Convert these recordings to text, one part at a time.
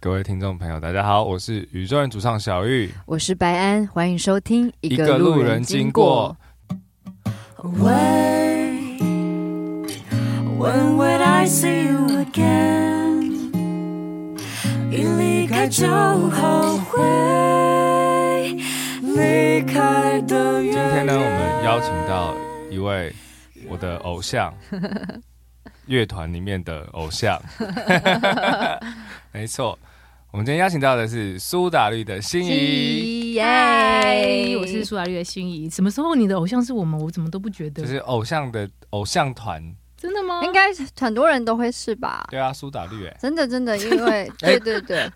各位听众朋友，大家好，我是宇宙人主唱小玉，我是白安，欢迎收听一个路路人人经经过过。 Wait, when would I see you again？一离开就后悔，离开的今越天呢，我们邀请到一位我的偶 像，乐团里面的偶像， 没错。我们今天邀请到的是苏打绿的心仪，嗨，耶！我是苏打绿的心仪。什么时候你的偶像是我们？我怎么都不觉得。就是偶像的偶像团，真的吗？应该很多人都会是吧？对啊，苏打绿、哎，真的真的，因为 哎对对对，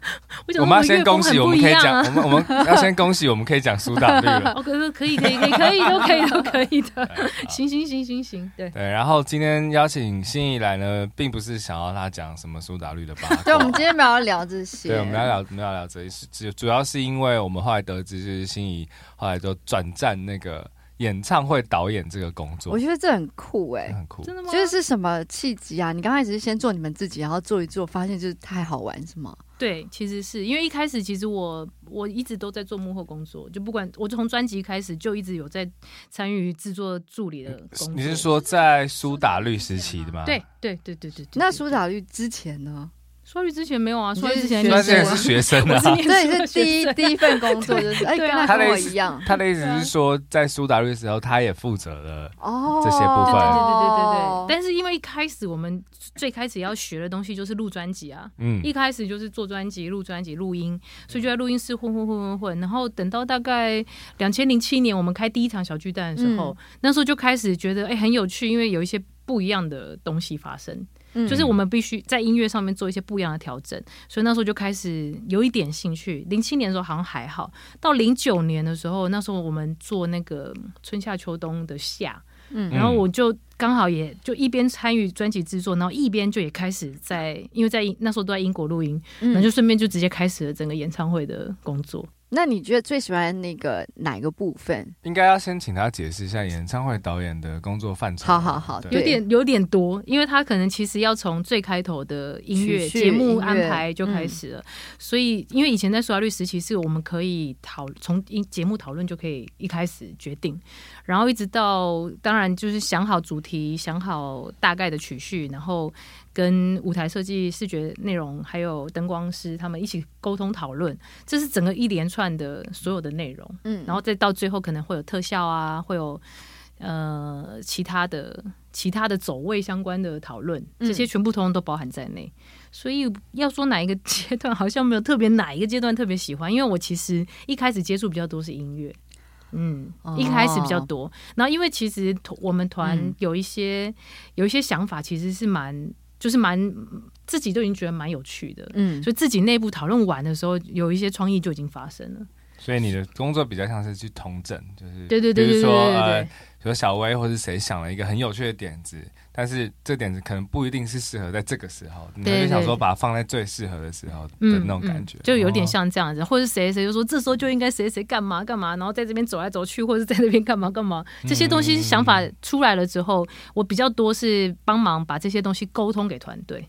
我想我说们要们先乐风恭喜，很我不们一可以样讲，啊。我们我们要先恭喜，我们可以讲苏打绿了。 哎哦，可可可以可以可以可以都可以都可以的。对 好行行行行行，对。对，然后今天邀请心仪来呢，并不是想要他讲什么苏打绿的八卦，对，我们今天不要聊这些。对，我们要聊，我们要聊这一事，主主要是因为我们后来得知，就是心仪后来就转战那个演唱会导演这个工作我，觉得这很酷哎、很酷。真的吗？就是是什么契机啊？你刚开始是先做你们自己，然后做一做，发现就是太好玩，是吗？对，其实是因为一开始，其实我我一直都在做幕后工作，就不管我从专辑开始就一直有在参与制作助理的工作。你是说在苏打绿时期的吗？对？对对对对对。那苏打打绿之前呢？苏打绿之前没有啊？你苏打绿是之前学那就之前我是学生我啊。是念对， 书的是第学一生第一份工作就是哎，对跟啊他跟他我的意思一样他的意思是说，在苏打绿的时候，他也负责了。哦，这些部分对对对对对对对，但是因为一开始我们最开始要学的东西就是录专辑啊，嗯，一开始就是做专辑、录专辑、录音，所以就在录音室混混混混混。然后等到大概两千零七年我们开第一场小巨蛋的时候，那时候就开始觉得哎、很有趣，因为有一些不一样的东西发生，嗯就是我们必须在音乐上面做一些不一样的调整。所以那时候就开始有一点兴趣。零七年的时候好像还好，到零九年的时候，那时候我们做那个春夏秋冬的夏。嗯然后我就刚好也就一边参与专辑制作，然后一边就也开始在，因为在那时候都在英国录音，嗯然后就顺便就直接开始了整个演唱会的工作。那你觉得最喜欢那个哪个部分？应该要先请他解释一下演唱会导演的工作范畴。好好好对对有点有点多，因为他可能其实要从最开头的音乐嗯曲序节目音乐安排就开始了，所以因为以前在苏打绿时期是我们可以讨从音节目讨论就可以一开始决定，然后一直到当然就是想好主题，想好大概的曲序，然后跟舞台设计、视觉内容还有灯光师他们一起沟通讨论，这是整个一连串的所有的内容。嗯，然后再到最后可能会有特效啊，会有呃其他的其他的走位相关的讨论，嗯这些全部通通都包含在内。所以要说哪一个阶段，好像没有特别哪一个阶段特别喜欢，因为我其实一开始接触比较多是音乐。嗯哦，一开始比较多，然后因为其实团我们团嗯有一些、有一些想法，其实是蛮就是蛮自己都已经觉得蛮有趣的，嗯，所以自己内部讨论完的时候，有一些创意就已经发生了。所以你的工作比较像是去统整，就是对对对比如对对说对对呃对，比如小薇或是谁想了一个很有趣的点子，但是这点子可能不一定是适合在这个时候，你们对就对想说把它放在最适合的时候的嗯，那种感觉，嗯就有点哦。像这样子，或者谁谁就说这时候就应该谁谁干嘛干嘛，然后在这边走来走去，或者在那边干嘛干嘛，这些东西想法出来了之后，我比较多是帮忙把这些东西沟通给团队，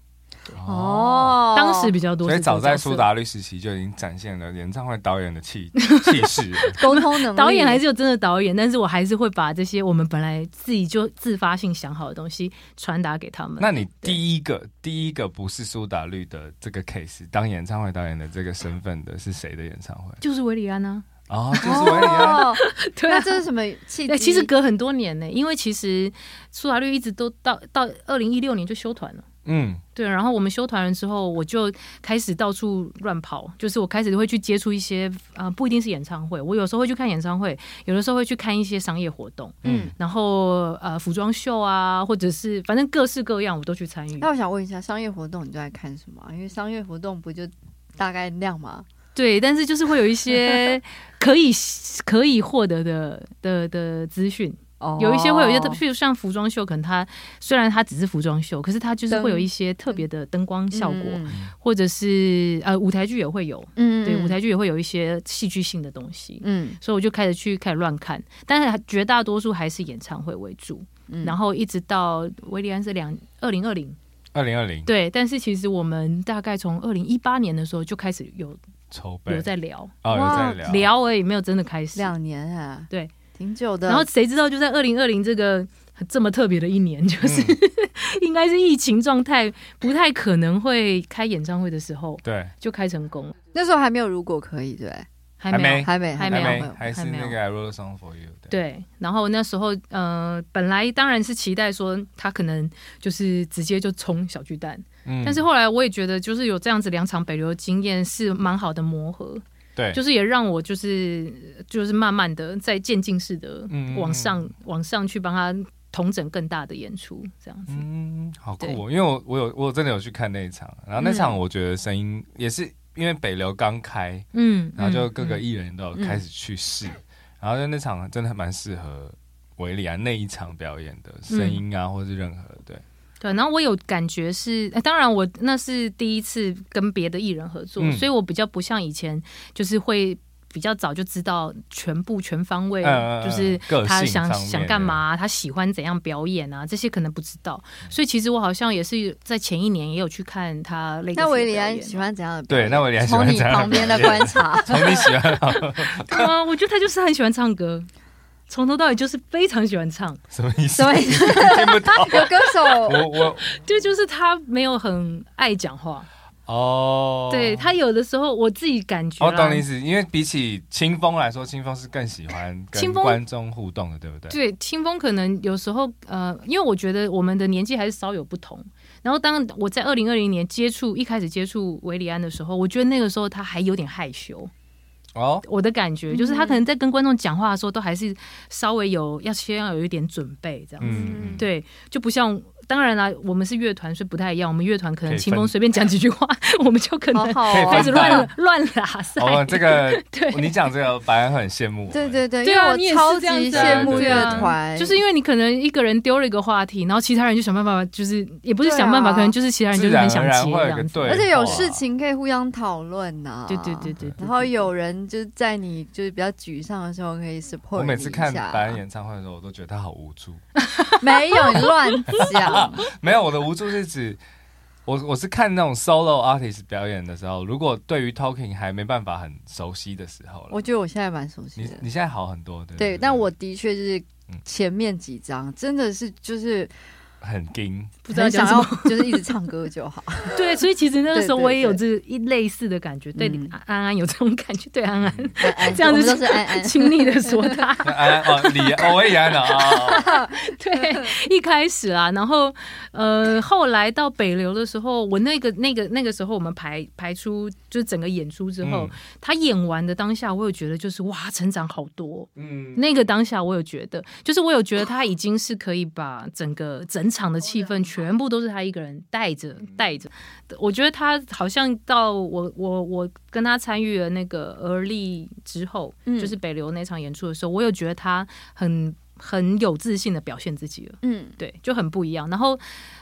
哦，当时比较多所以是这早个角在色。苏打绿时期就已经展现了演唱会导演的 气气势了，沟通能力，导演还是有真的导演，但是我还是会把这些我们本来自己就自发性想好的东西传达给他们。那你第一个第一个不是苏打绿的这个 case，当演唱会导演的这个身份的是谁的演唱会？就是维里安啊，哦， 就是维里安。哦， 对啊哎那这是什么契机？ 对，其实隔很多年呢、因为其实苏打绿一直都到到二零一六年就休团了。嗯，对，然后我们修团了之后，我就开始到处乱跑，就是我开始会去接触一些啊、呃不一定是演唱会，我有时候会去看演唱会，有的时候会去看一些商业活动，嗯，然后呃服装秀啊，或者是反正各式各样我都去参与那。我想问一下，商业活动你都在看什么啊？因为商业活动不就大概那样吗？对，但是就是会有 一些可以可以获得的的的资讯，哦有一些会有一些特，譬如像服装秀，可能它虽然它只是服装秀，可是它就是灯会有一些特别的灯光效果，嗯或者是呃舞台剧也会有。嗯对，舞，台剧也会有一些戏剧性的东西，嗯所以我就开始去开始乱看，但是绝大多数还是演唱会为主，嗯然后一直到维利安是两二零二零二零二零对，但是其实我们大概从二零一八年的时候就开始有筹备有在聊哦，有在哇聊聊而已，没有真的开始。两年啊，对，挺久的。然后谁知道就在二零二零这个这么特别的一年，嗯就是、应该是疫情状态不太可能会开演唱会的时候对，就开成功了，那时候还没有，如果可以，对不对，还还没有。没还没，还还没有没没有还是还没那有个 I wrote a song for you 对对，然后那时候，呃，本来当然是期待说他可能就是直接就冲小巨蛋，嗯但是后来我也觉得，就是有这样子两场北流的经验是蛮好的磨合，对就是也让我就是就是慢慢的在渐进式的嗯嗯嗯往上、往上去帮他统整更大的演出，这样子。嗯，好酷、对哦！因为我我有我真的有去看那一场，然后那场我觉得声音也是因为北流刚开，嗯，然后就嗯各个艺人都有开始去试，然后就那场真的还蛮适合维里安那一场表演的嗯声音啊，或是任何对，对，然后我有感觉是，呃当然我那是第一次跟别的艺人合作，嗯所以我比较不像以前，就是会比较早就知道全部全方位，嗯嗯嗯就是个他性想上面想干嘛、他喜欢怎样表演啊，这些可能不知道。嗯所以其实我好像也是在前一年也有去看他类似那的维里表安演喜欢怎样的表对，演？那维里安喜从欢你怎样旁的表边演？，的观察从你喜欢对啊，我觉得他就是很喜欢唱歌，从头到尾就是非常喜欢唱。什么意思？所以听不懂。有歌手我我对，就是他没有很爱讲话，哦，对他有的时候我自己感觉我啦，哦懂你意思，因为比起清风来说，清风是更喜欢跟清风观众互动的，对不对？对，清风可能有时候呃，因为我觉得我们的年纪还是稍有不同。然后当我在二零二零年接触一开始接触维里安的时候，我觉得那个时候他还有点害羞，哦，我的感觉就是他可能在跟观众讲话的时候，都还是稍微有要先要有一点准备这样子。嗯，嗯，对，就不像。当然啦，我们是乐团，所以不太一样。我们乐团可可能以清分风随便讲几句话， 我们就可好能好可以开分享。哦始乱乱拉塞。 哦，这个对，你讲这个，白安很羡慕我们。对对对，因对为啊我你也是超级这样子啊羡慕对啊乐团，就是因为你可能一个人丢了一个话题，然后其他人就想办法，就是也不是想办法，对啊可能就是其他人就自是然很想而然接会这有个样子。对话，而且有事情可以互相讨论呐。对对对对。对啊然后有人就是在你就是比较沮丧的时候可以 support 我每次看你一下白安演唱会的时候，我都觉得他好无助。没有你乱讲，没有，我的无助是指我我是看那种 solo artist 表演的时候，如果对于 talking 还没办法很熟悉的时候我了，觉得我现在蛮熟悉你的。你现在好很多，对不对，但我的确就是嗯前面几张真的是就是很硬，不知道很讲想什要 么。就是一直唱歌就 好。对，所以其实那个时对候对我也有这一类似的感觉，对嗯安安有这种感觉，对安安安安 这样我子们都是安安。亲昵的说他，那安安哦，李安哦，我也安了 啊，对，一开始啊，然后呃，后来到北流的时候，我那个那个那个时候我们排排出就是整个演出之后，嗯他演完的当下，我有觉得就是哇，成长好多哦、嗯，那个当下，我有觉得，就是我有觉得他已经是可以把整个整场的气氛全部都是他一个人带着带着。我觉得他好像到我我我跟他参与了那个而立之后，嗯就是北流那场演出的时候，我有觉得他很很有自信的表现自己了。嗯，对，就很不一样。然后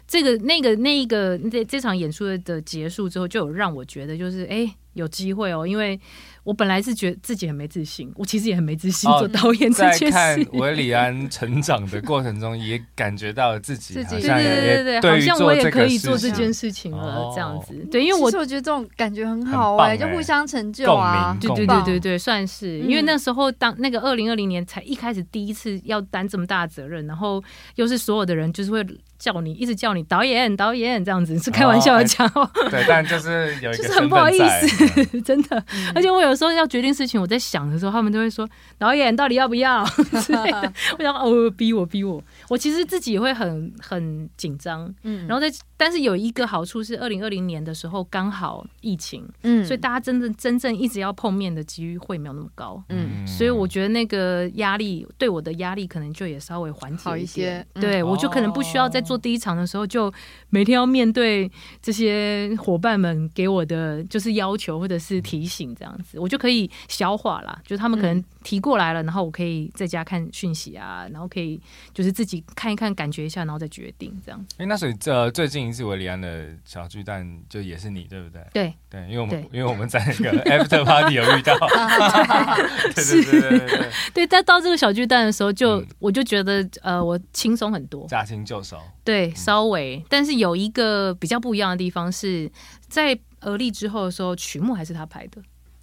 这个、那个、那一个这这场演出的结束之后，就有让我觉得就是哎。有机会哦，因为我本来是觉得自己很没自信，我其实也很没自信哦做导演 这在件看事。维里安成长的过程中，也感觉到了自己自己好对像对也对对对，对好于像做我这也个可以做事这情件事情了哦，这样子。对，因为我其实我觉得这种感觉很好很棒哎，就哎互相成就共啊鸣，对共对鸣对对对，算是，因为嗯那时候当那个二零二零年才一开始第一次要担这么大的责任，然后又是所有的人就是会叫你一直叫你导演导演这样子，是开玩哎笑的讲哦，对，但就是有一个 就是很不好意身 份在，思，真的。嗯而且我有时候要决定事情，我在想的时候，他们都会说导演到底要不要 之 类的，我想哦逼我逼我，我其实自己也会很很紧张。嗯然后在，但是有一个好处是，二零二零年的时候刚好疫情，嗯所以大家真正真正一直要碰面的机会没有那么高。嗯，所以我觉得那个压力对我的压力可能就也稍微缓好解一些些，嗯对我就可能不需要在做第一场的时候就每天要面对这些伙伴们给我的就是要求或者是提醒这样子，我就可以消化啦。就是他们可能提过来了，然后我可以在家看讯息啊，然后可以就是自己看一看感觉一下，然后再决定这样子。哎，那所以这最近一次维里安的小巨蛋就也是你，对不对？对，对，因为我们对因为我们在那个 after party 有遇 到， 对对对对对对，对，但到这个小巨蛋的时候就，嗯我就觉得呃，我轻松很多。 驾轻就熟，对，稍微，但是有一个比较不一样的地方是在而立之后的时候，曲目还是他排的，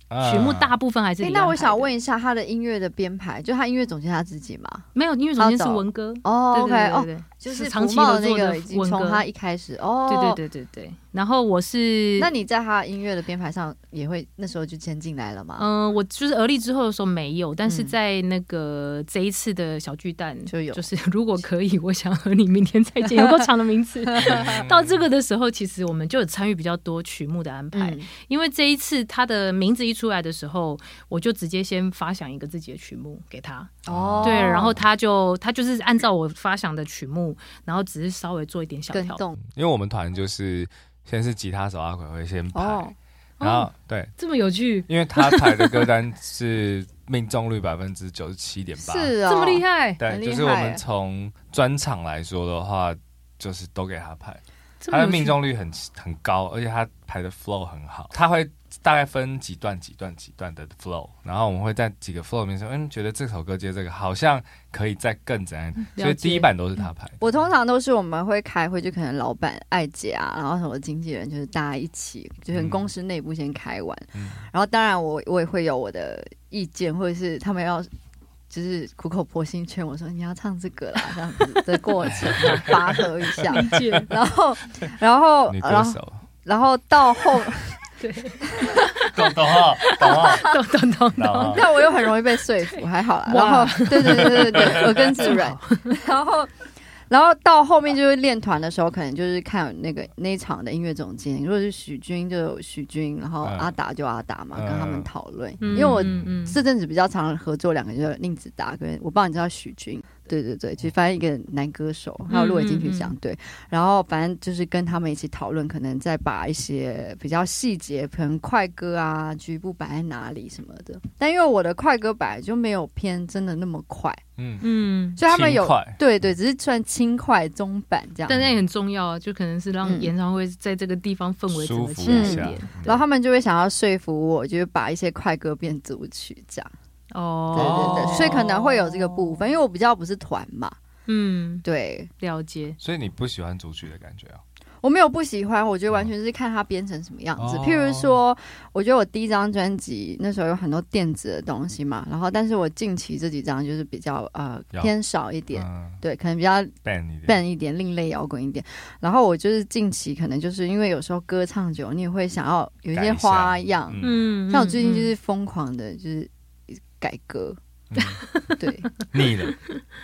啊曲嗯目大部分还是哎、李安排的、那我想问一下，他的音乐的编排，就他音乐总监他自己嘛？没有，因为首先是好早文歌。哦、对 o 对 k 对哦，对就是是长期福茂合的那作个已经文从他歌。一开始哦，对对对对对，然后我是那你在他音乐的编排上也会那时候就先进来了吗？嗯、我就是而立之后的时候没有，但是嗯在那个这一次的小巨蛋就有就是如果可以，我想和你明天再见，有够长的 名字。到这个个的时候，其实我们就有参与比较多曲目的安排，嗯，因为这一次他的名字一出来的时候，我就直接先发想一个自己的曲目给他，哦，对，然后他就他就是按照我发想的曲目，然后只是稍微做一点小更调整，动因为我们团就是先是吉他手阿奎会先嗯排，哦，然后哦对，这么有趣，因为他排的歌单是命中率百分之九十七点八，是哦，这么厉害，很对，厉害就是我们从专场来说的话，就是都给他排，这么他有的趣命中率很很高，而且他排的 flow 很好，他会大概分几段、几段、几段的 flow，然后我们会在几个 flow 里面说，嗯，觉得这首歌接这个好像可以再更怎嗯样，解所以第一版都是他排的。我通常都是我们会开会，就可能老板、艾姐啊，然后什么经纪人，就是大家一起，就是嗯公司内部先开完。嗯然后当然我我也会有我的意见，或者是他们要就是苦口婆心劝我说你要唱这个啦，这样子的过程 拔河一下。 见然后，然后，女歌然后，手，然后到后，对，懂懂哦，懂哦，懂懂懂懂懂，哦。那我又很容易被说 服，还好啦。然啊哇后，对对对对对， 耳根子软。然后，然后到后面就是练团的时候，可能就是看那个那一场的音乐总监，如果是许君就有许君，然后嗯阿达就阿达嘛，嗯跟他们讨论。嗯因为我嗯嗯这阵子比较常合作两个，就是宁子达跟我不知道你知道许君。对对对，就反正一个男歌手，还有入围金曲奖，对。然后反正就是跟他们一起讨论，可能再把一些比较细节，可能快歌啊、局部摆在哪里什么的。但因为我的快歌摆就没有偏真的那么快，嗯，嗯，所以他们有轻快对对，只是算轻快中版这样。但那也很重要啊，就可能是让嗯演唱会在这个地方氛围舒整个服起来一一下嗯点。，然后他们就会想要说服我，就是把一些快歌变组曲这样。对哦，对对，所以可能会有这个部分，因为我比较不是团嘛，嗯，对了解，所以你不喜欢主曲的感觉啊？我没有不喜欢，我觉得完全是看它编成什么样子。哦譬如说，我觉得我第一张专辑那时候有很多电子的东西嘛，然后但是我近期这几张就是比较呃摇偏少一点，嗯对，可能比较，ban 一点，笨一点、另类摇滚一点。然后我就是近期可能就是因为有时候歌唱久，你也会想要有一改一些下花样。嗯，嗯，像我最近就是疯狂的，就是改歌，嗯 对，腻了，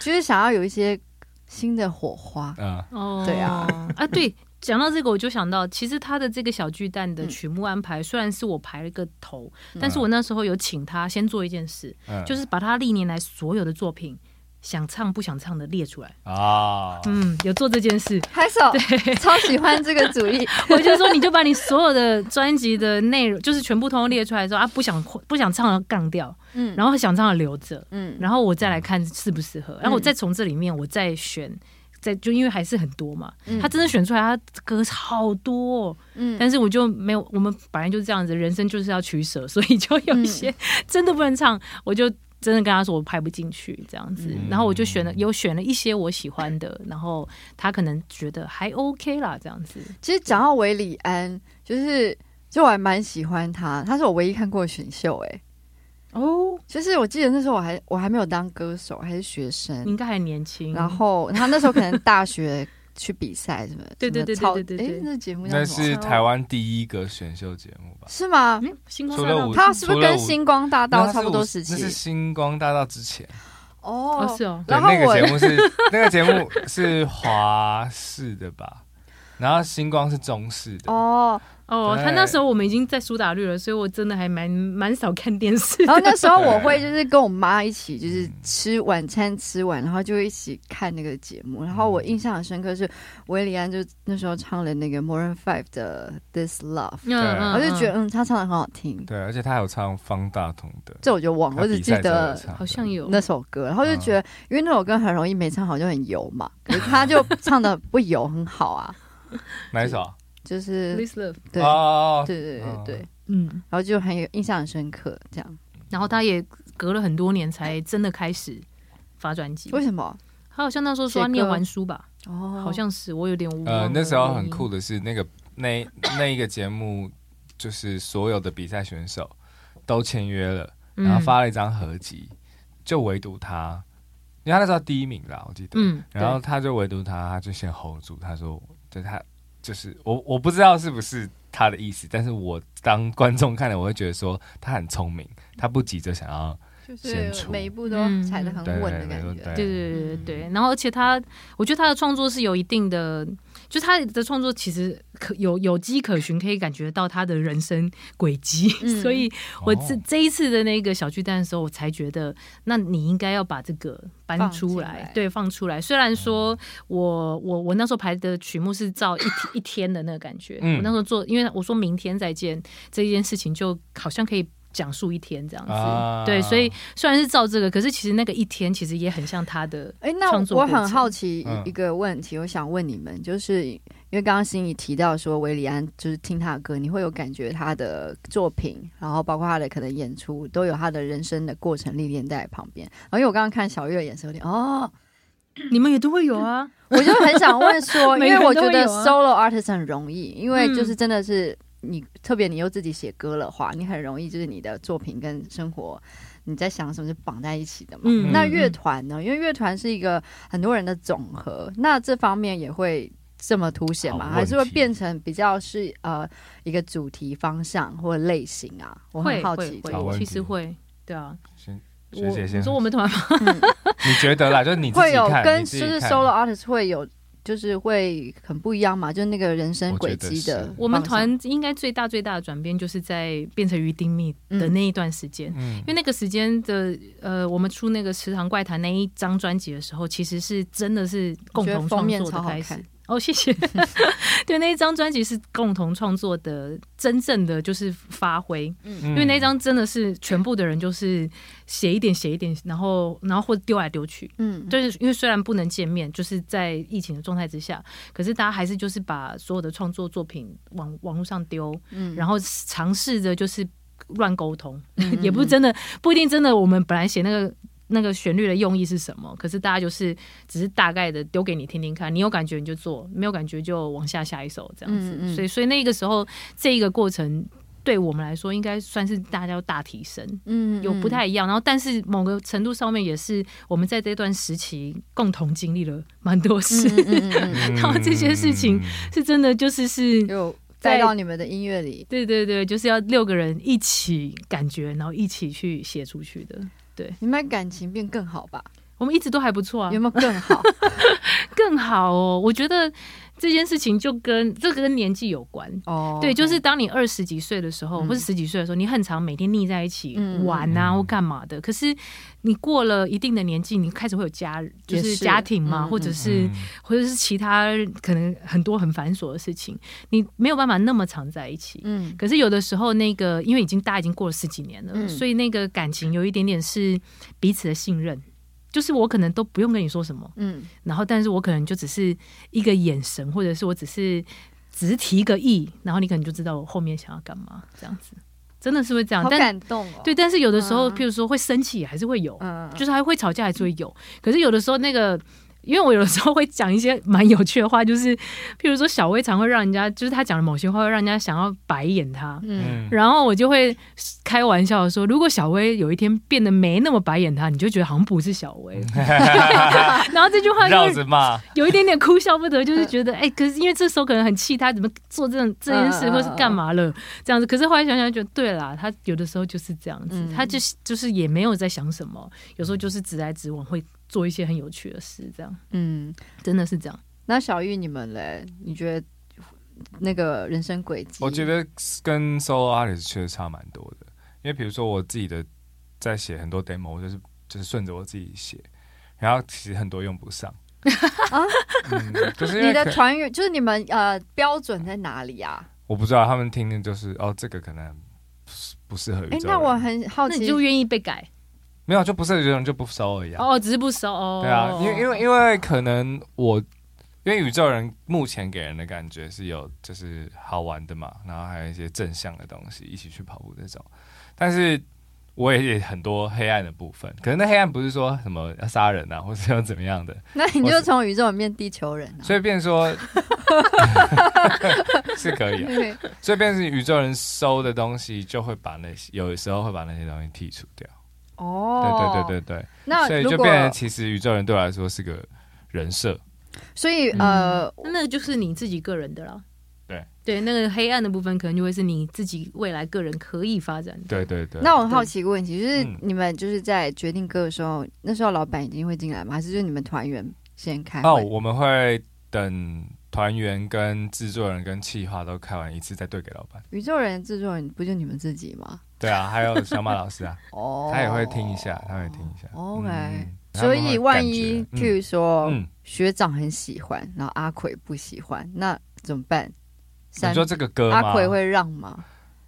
就是想要有一些新的火花。嗯，嗯哦，对啊，啊对。讲到这个，我就想到，其实他的这个小巨蛋的嗯曲目安排，虽然是我排了个头，但是我那时候有请他先做一件事，嗯就是把他历年来所有的作品想唱不想唱的列出来。啊，哦嗯，有做这件事，拍手，超喜欢这个主意。我就说你就把你所有的专辑的内容，就是全部通通列出来之后啊，不想不想唱的杠掉，嗯，然后想唱的留着，嗯，然后我再来看适不适合，然后我再从这里面我再选，再就因为还是很多嘛，嗯他真的选出来，他歌好多、哦，嗯但是我就没有，我们本来就是这样子，人生就是要取舍，所以就有一些嗯真的不能唱，我就真的跟他说我排不进去这样子，嗯然后我就选了有选了一些我喜欢的，然后他可能觉得还 OK 啦，这样子，其实讲到韦礼安，就是就我还蛮喜欢他，他是我唯一看过的选秀、哎，哦，就是我记得那时候我还我还没有当歌手，还是学生，应该还年轻，然后他那时候可能大学去比赛什么，对对对什么超对对对对哎，那节目叫那什么？是台湾第一个选秀节目吧？是吗？嗯，星光除大了道我他是不是除了跟我星光大道那差不多我时那是期？星光大道之前。哦是哦，哦，对，然后那个我节目 是那个节目是华视的吧？然后星光是中视的。哦，哦，对他那时候我们已经在苏打绿了，所以我真的还蛮蛮少看电视 的。然哦后那时候我会就是跟我妈一起，嗯就是吃晚餐吃完，然后就一起看那个节目。然后我印象很深刻是维里安就那时候唱了那个 m o r a n Five 的 This Love， 嗯嗯我就觉得嗯他唱的很好听，对，而且他有唱方大同的，这我就忘了，他我只比记赛的时候有得唱的嗯好像有那首歌，然后就觉得因为那首歌很容易没唱好就很油嘛，可是他就唱的不油很好啊。 哪一首？就 p 是 l e a s e love，对、哦，对对对嗯对，嗯，然后就很有印象很深刻。这样然后他也隔了很多年才真的开始发专嗯辑。为什么？他好像那时候说他写歌念完书吧，哦，好像是我有点忘了。呃，那时候很酷的是，那个那那一个节目，就是所有的比赛选手都签约了，嗯，然后发了一张合集，就唯独他，因为他那时候第一名啦，我记得。嗯，然后他就唯独他，他就先 hold 住，他说，对他就是我，我不知道是不是他的意思，但是我当观众看了，我会觉得说他很聪明，他不急着想要，就是先出每一步都嗯踩得很对稳的对感对觉。对对对对对，然后而且他，我觉得他的创作是有一定的，就他的创作其实可有有迹可循，可以感觉到他的人生轨迹。嗯 所以我哦这、这一次的那个小巨蛋的时候，我才觉得，那你应该要把这个搬放出进来，来对，放出来。虽然哦说我我我那时候排的曲目是照一一天的那个感觉，嗯我那时候做，因为我说明天再见这一件事情，就好像可以。讲述一天这样子，啊对，所以虽然是照这个，可是其实那个一天其实也很像他的哎，那创作我过很程好奇嗯一个问题，我想问你们，就是因为刚刚心怡提到说维里安就是听他的歌，你会有感觉他的作品，然后包括他的可能演出，都有他的人生的过程历练在旁边。然后因为我刚刚看小月的眼神有点哦，你们也都会有啊， 我就很想问说，因每个为人我觉都会得有啊 solo artist 很容易，因为就嗯是真的是你，特别你又自己写歌的话，你很容易就是你的作品跟生活你在想什么是绑在一起的嘛。嗯那嗯乐团呢？因为乐团是一个很多人的总和，那这方面也会这么凸显吗？好还是问会题变成比较是呃一个主题方向或类型啊？我会很好会奇这个。好会，问其题实会，对啊，先我学姐先你说我们团吗？嗯你觉得啦，就是你自己会有看跟你就自己是看 solo artist 会有就是会很不一样嘛，就是那个人生轨迹我觉得的是方向。我们团应该最大最大的转变就是在变成于丁密的那一段时间，嗯因为那个时间的呃，我们出那个《池塘怪谈》那一张专辑的时候，其实是真的是共我觉同得封创面作的超好开始看。哦，谢 谢。对，那一张专辑是共同创作的，真正的就是发挥。嗯因因为那张真的是全部的人就是写一点写一点，然后然后或丢来丢去。嗯，就是因为虽然不能见面，就是在疫情的状态之下，可是大家还是就是把所有的创作作品往网络上丢，嗯然后尝试着就是乱沟通，嗯 也不是真的不一定真的我们本来写那个。那个旋律的用意是什么？可是大家就是只是大概的丢给你听听看，你有感觉你就做，没有感觉就往下下一首这样子。嗯嗯所以，所以那个时候这一个过程对我们来说，应该算是大家大提升。嗯有不太一样，然后但是某个程度上面也是我们在这段时期共同经历了蛮多事，嗯嗯嗯嗯然后这些事情 嗯是真的就是是嗯，有带到你们的音乐里。对对对，就是要六个人一起感觉，然后一起去写出去的。你们感情变更好吧？我们一直都还不错啊有，没有更 好？更好哦。我觉得这件事情就跟这个跟年纪有关，哦，对，就是当你二十几岁的时候，嗯或是十几岁的时候，你很常每天腻在一起嗯玩啊，嗯或干嘛的。可是你过了一定的年纪，你开始会有家，就也是是家庭嘛，嗯或者是、嗯或者是其他可能很多很繁琐的事情，你没有办法那么常在一起。嗯可是有的时候，那个因为已经大家已经过了十几年了，嗯所以那个感情有一点点是彼此的信任。就是我可能都不用跟你说什么，嗯然后但是我可能就只是一个眼神，或者是我只是只是提个意，然后你可能就知道我后面想要干嘛，这样子真的是会这样好。但感动哦。对，，但是有的时候，嗯譬如说会生气，还是会有，嗯，就是还会吵架，还是会有。可是有的时候那个。因为我有的时候会讲一些蛮有趣的话，就是譬如说小薇常会让人家，就是她讲的某些话会让人家想要白眼她，嗯嗯然后我就会开玩笑地说，如果小薇有一天变得没那么白眼她，你就觉得好像不是小薇。 然后这句话绕就是着骂，有一点点哭笑不得，就是觉得哎、可是因为这时候可能很气他怎么做这种这件事，嗯嗯嗯或是干嘛了这样子。可是后来想想，觉得对啦，他有的时候就是这样子，嗯他就是就是也没有在想什么，有时候就是直来直往，会做一些很有趣的事，这样嗯。真的是这样。那小玉你们嘞？你觉得那个人生轨迹？我觉得跟 solo artist 确实差蛮多的，因为比如说我自己的在写很多 demo，我就是就是顺着我自己写，然后其实很多用不 上。啊嗯，就是因你为的可团员就是你们呃标准在哪里啊？我不知道他们听的就是哦，这个可能不适合宇宙哎人。，那我很好那奇你，就愿意被改没有就不适合宇宙人就不收而已啊。哦，只是不熟哦。对啊，因为因为因为可能我因因为宇宙人目前给人的感觉是有就是好玩的嘛，然后还有一些正向的东西，一起去跑步这种。但是我也也很多黑暗的部分，可能那黑暗不是说什么要杀人啊，或是要怎么样的，那你我就是从宇宙人变地球人啊。所以变 说 是可以、啊，对，所以变成宇宙人收的东西就会把那些有时候会把那些东西剔除掉。哦，对对对对对，所那以如就果变成其实宇宙人对我来说是个人设。所以嗯呃，那那个就是你自己个人的了。对对，那个黑暗的部分可能就会是你自己未来个人可以发展的。对对对，那我很好奇一个问题，就是嗯你们就是在决定歌的时候，那时候老板已经会进来吗？还是就是你们团员先开会？哦，我们会等团员、跟制作人、跟企划都开完一次，再对给老板。宇宙人制作人不就你们自己吗？对啊，还有小马老师啊，哦，他也会听一下，他会听一下。 OK 嗯所以万他们一，譬会感觉如说嗯，嗯学长很喜欢，然后阿奎不喜欢，那怎么办？你三说这个歌阿吗？奎会让吗？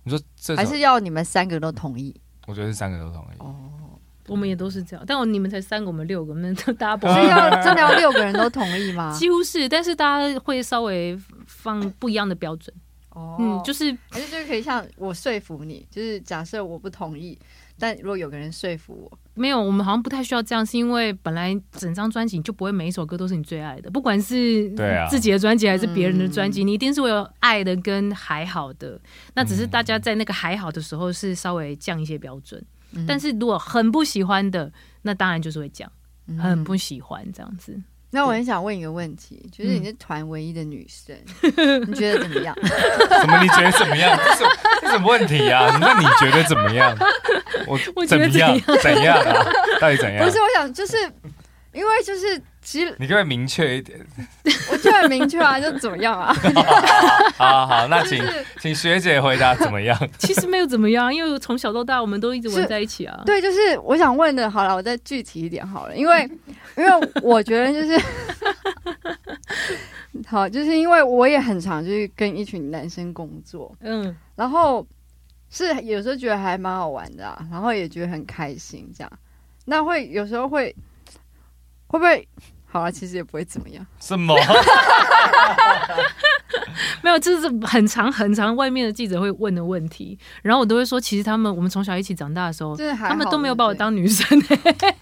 你说这还首，是要你们三个都同意？我觉得是三个都同意。哦， 我们也都是这样，但我你们才三个，我们六个，我们都 double，啊所以要真的要六个人都同意吗？几乎是，但是大家会稍微放不一样的标准。哦嗯，就是还是就是可以像我说服你，就是假设我不同意，但如果有个人说服我，没有，我们好像不太需要这样，是因为本来整张专辑就不会每一首歌都是你最爱的，不管是对啊自己的专辑还是别人的专嗯辑，你一定是会有爱的跟还好的。那只是大家在那个还好的时候是稍微降一些标准，嗯但是如果很不喜欢的，那当然就是会降，嗯很不喜欢这样 子。那我很想问一个问题，就是你是团唯一的女生，你觉得怎 么样？什么？你觉得怎么样？这是这什么问题啊？那你觉得怎么样？我 我觉怎么得样？怎样啊？到底怎样不？是，我想就是因为就是其实你可不可以明确一点？我就很明确啊，就怎么样 啊？好好好，那 就请是请学姐回答怎么样？其实没有怎么样，因为从小到大我们都一直玩是在一起啊。对，就是我想问的，好了，我再具体一点好了，因 为因为我觉得就是 好，就是因为我也很常就是跟一群男生工作，嗯，然后是有时候觉得还蛮好玩的、啊，然后也觉得很开心这样。那会有时候会会不会好啊？其实也不会怎么样。什么？没有，这是很长很长，外面的记者会问的问题，然后我都会说，其实他们我们从小一起长大的时候，就是还好他们都没有把我对当女生、欸不对，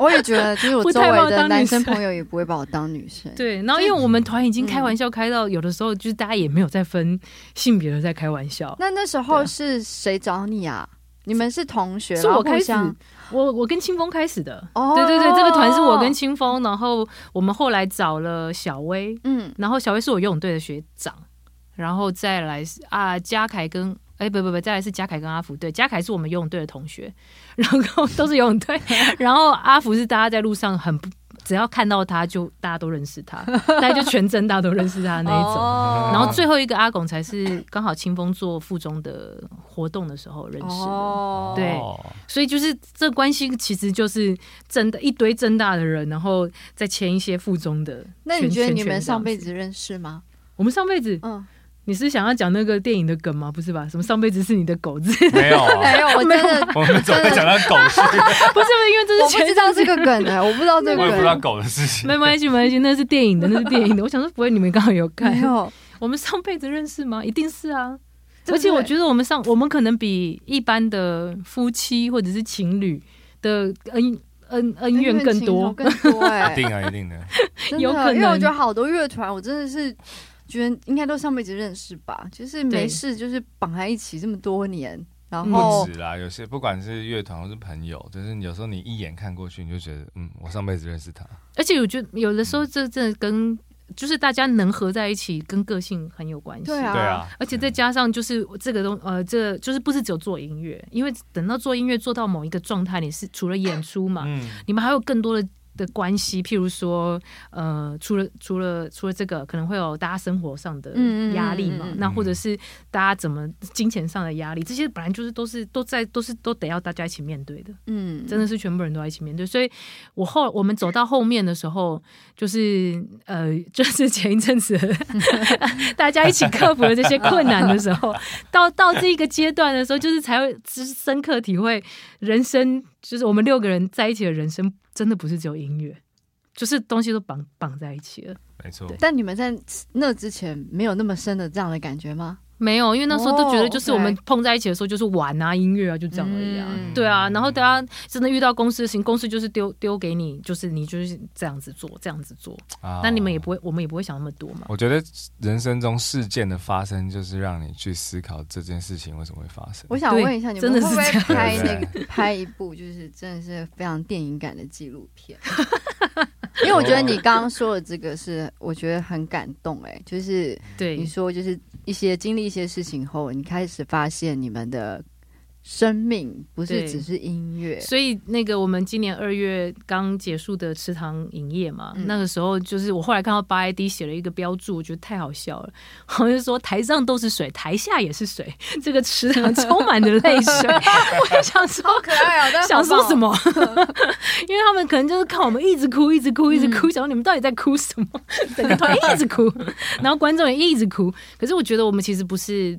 我也觉得，就是我不周太把围我的当男女生生朋友也不会把我当女 生。啊对，然后因为我们团已经开玩笑开到有的时候，就是大家也没有在分性别的在开玩笑。那那时候是谁找你啊？你们是同学，是然后我互开始相，我我跟清风开始的。哦对对对，这个团是我跟清风，然后我们后来找了小薇，嗯，然后小薇是我游泳队的学长，然后再来是啊嘉凯跟哎不不不，再来是嘉凯跟阿福，对，嘉凯是我们游泳队的同学， 然后都是游泳队， 然后阿福是大家在路上很不，只要看到他就大家都认识他，大家就全镇大家都认识他那一种。哦然后最后一个阿拱才是刚好清风做附中的活动的时候认识的，哦，对哦所以就是这关系其实就是真的一堆正大的人，然后再签一些附中的圈。那你觉得圈你圈们这样上辈子认识吗？我们上辈子，嗯，你是想要讲那个电影的梗吗？不是吧？什么上辈子是你的 狗子？没有啊，嗯 没有，我 真的我们怎么会讲到狗事？不是，因为这我是不全知道这个梗的，我不知道这个我也不知道梗，狗的事情。没关系，没关系，那是电影的，那是电影的。我想说，不会，你们刚好有看没？ 有。我们上辈子认识吗？一定是啊。对不而且我对觉得我们上我们可能比一般的夫妻或者是情侣的恩恩恩怨更多。更多 哎、一定啊，一定的。真的有可能因为我觉得好多乐团，我真的是觉得应该都上辈子认识吧，就是没对嗯事就是绑在一起这么多年，然不后止啦，有些不管是乐团或是朋友，就是你有时候你一眼看过去，你就觉得，嗯，我上辈子认识他。而且我觉得有的时候这真的跟就是大家能合在一起，跟个性很有关系。对啊对啊，而且再加上就是这个东呃，这就是不是只有做音乐，因为等到做音乐做到某一个状态，你是除了演出啊嘛，嗯，你们还有更多的的关系，譬如说，呃，除了除了除了这个，可能会有大家生活上的嗯嗯嗯压力嘛，嗯嗯那或者是大家怎么金钱上的压力，这些本来就是都是都在都是都得要大家一起面对的，嗯，真的是全部人都要一起面对。所以我后我们走到后面的时候，就是呃， 就是前一阵子大家一起克服了这些困难的时候，到到这一个阶段的时候，就是才会就是深刻体会人生，就是我们六个人在一起的人生，真的不是只有音乐。就是东西都绑绑在一起了。没错，但你们在那之前没有那么深的这样的感觉吗？没有，因为那时候都觉得就是哦，OK 我们碰在一起的时候就是玩啊、音乐啊，就这样而已啊。嗯对啊，然后大家真的遇到公司的事情，公司就是丢丢给你，就是你就是这样子做，这样子做。啊但你们也不会，我们也不会想那么多嘛。我觉得人生中事件的发生，就是让你去思考这件事情为什么会发生。我想对问一下，你们真的会是不会这样拍对那个 拍一部就是真的是非常电影感的纪录片？ 因为我觉得哦你刚刚说的这个是，我觉得很感动哎、就是对你，说就是一些经历一些事情后，你开始发现你们的生命不是对只是音乐，所以那个我们今年二月刚结束的池塘影业嘛，嗯那个时候就是我后来看到八 ID 写了一个标注，我觉得太好笑了，好像就说台上都是水，台下也是水，这个池塘充满着泪水。 我就想说，可爱哦、 但想说什？么？因为他们可能就是看我们一直哭，一直哭，一直嗯哭，想说你们到底在哭什 么？整个团一直哭，然后观众也一直哭。可是我觉得我们其实不是，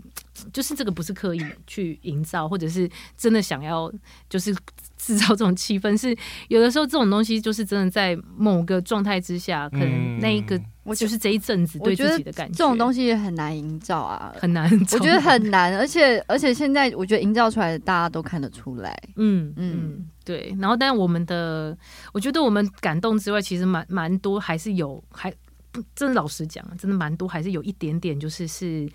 就是这个不是刻意去营造，或者是真的想要就是制造这种气氛。是有的时候这种东西就是真的在某个状态之下，可能那一个嗯我觉就是这一阵子我对觉得自己的感这种东西西也很难营造啊。 很难。我觉得很难，而且而且现在我觉得营造出来的大家都看得出来，嗯嗯嗯，对。然后，但我们的，我觉得我们感动之外，其实蛮蛮多，还是有，还不真的老实讲，啊真的蛮多，还是有一点点，就是是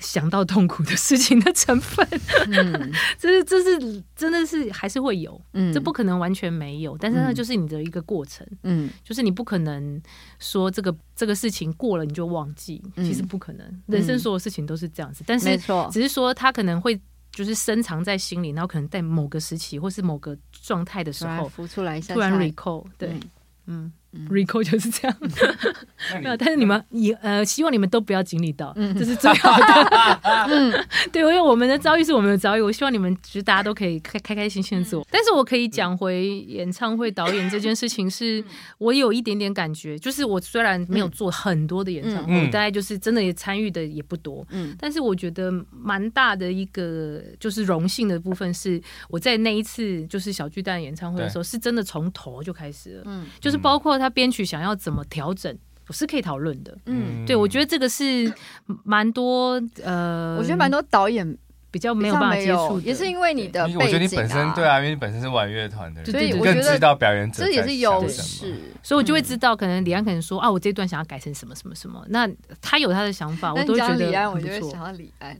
想到痛苦的事情的成分。嗯这是这是真的是还是会有，嗯，这不可能完全没有，但是那嗯就是你的一个过程，嗯就是你不可能说这个这个事情过了你就忘记，嗯其实不可能。人生所有事情都是这样子，但是没错，只是说他可能会就是深藏在心里，然后可能在某个时期或是某个状态的时突然候，浮出来一下，突然下 recall，对，嗯嗯 r e c a l l 就是这样。那你没有，但是你们也呃，希望你们都不要经历到，嗯这是最好的。对，因为我们的遭遇是我们的遭遇，我希望你们其实大家都可以开开开心心的做。但是我可以讲回演唱会导演这件事情是，我有一点点感觉，就是我虽然没有做很多的演唱会，嗯我大概就是真的也参与的也不多，嗯但是我觉得蛮大的一个就是荣幸的部分是，我在那一次就是小巨蛋演唱会的时候，是真的从头就开始了，嗯就是包括他编曲想要怎么调整，我是可以讨论的。嗯，对，我觉得这个是蛮多呃，我觉得蛮多导演比较比没有较办法没接触有，的，也是因为你的你我觉得背你景本身对，啊，因为你本身是玩乐团的人，所以你我更觉得知道表演者这也在是想优什么势。所以我就会知嗯道，可能李安可能说啊，我这段想要改成什么什么什么，那他有他的想法，我那都你会觉讲得李安，我很就不会错想。到李安，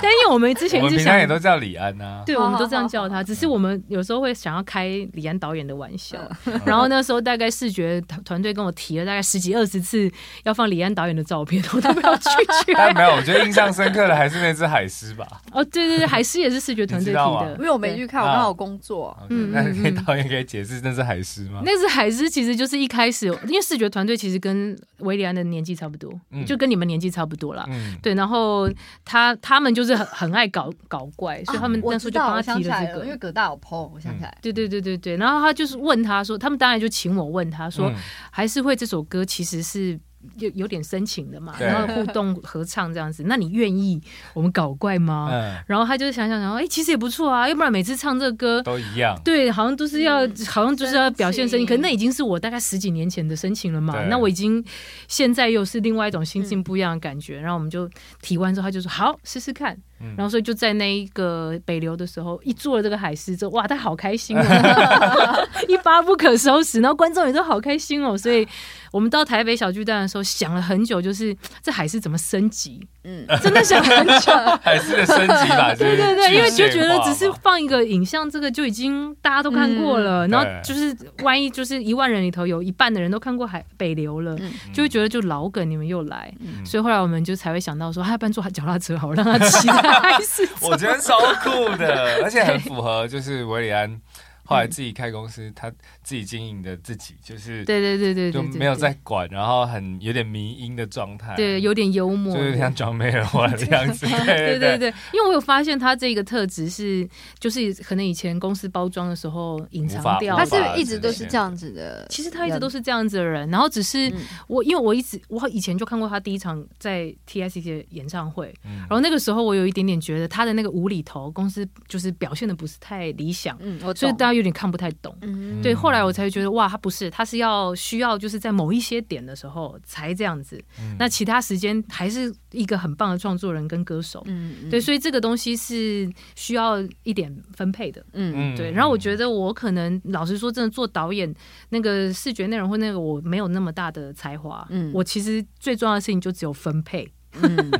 但因为我们之前我一们直平想常也都叫李安啊呐、对，好我们好都这好样叫好他。只是我们有时候会想要开李安导演的玩笑， 然后那时候大概视觉团团队跟我提了大概十几二十次要放李安导演的照片，我都没有拒 但绝。没有，我觉得印象深刻的还是那只海狮吧。哦，对对对，海狮也是视觉团你知队提道的啊， 因为我没对去看，我刚好工作，嗯嗯那你可以导演可以解释那只海狮吗？那只海狮其实就是一开始，因为视觉团队其实跟维里安的年纪差不多，嗯就跟你们年纪差不多啦。嗯，对，然后他他们就是很很爱搞搞怪，哦所以他们我那时知候就道，我帮他想提起了来这了，因为个。葛大有 PO，我想起来，对对对对对，然后他就是问他说，他们当然就请我问他说，嗯还是会这首歌其实是有有点深情的嘛，对然后互动合唱这样子。那你愿意我们搞怪吗？嗯，然后他就想想想，哎、其实也不错啊，要不然每次唱这个歌。都一样。对，好像都是要，嗯好像就是要表现深情，深情可那已经是我大概十几年前的深情了嘛对。嗯那我已经现在又是另外一种心境不一样的感觉。然后我们就提完之后，他就说好试试看。嗯然后所以就在那一个北流的时候，一做了这个海狮之后，哇，他好开心哦，哦 一发不可收拾。然后观众也都好开心哦，所以我们到台北小巨蛋的时候，想了很久，就是这海狮怎么升级，嗯， 真的想很 久。海狮的升级吧，对 对对对，因为就觉得只是放一个影像，这个就已经大家都看过了。嗯然后就是万一就是一万人里头有一半的人都看过海北流了，嗯就会觉得就老梗你们又来。嗯所以后来我们就才会想到说，啊要不然坐脚踏车好了，让他骑还是 我觉得超酷 的，而且很符合就是维里安后来自己开公司，他自己经营的自己，就是对对对对对就对，没有在管，然后很有点迷音的状态，对有点幽默，哎就有点像装没人玩的样子， 对 对对对。对，因为我有发现他这个特质是，就是可能以前公司包装的时候隐无法藏掉他了，无是法一直都是这样子的，其实他一直都是，是这样子的人，然后只是嗯我，因为我一直我以前就看过他第一场在 TICC 的演唱会，嗯然后那个时候我有一点点觉得他的那个无厘头公司就是表现的不是太理想，嗯，我所以懂大家有点看不太懂。嗯对，后来我才觉得哇，他不是，他是要需要就是在某一些点的时候才这样子，嗯那其他时间还是一个很棒的创作人跟歌手。嗯对，所以这个东西是需要一点分配的。嗯嗯对，然后我觉得 我可能老实说，真的做导演那个视觉内容或那个我没有那么大的才华。嗯我其实最重要的事情就只有分配，嗯嗯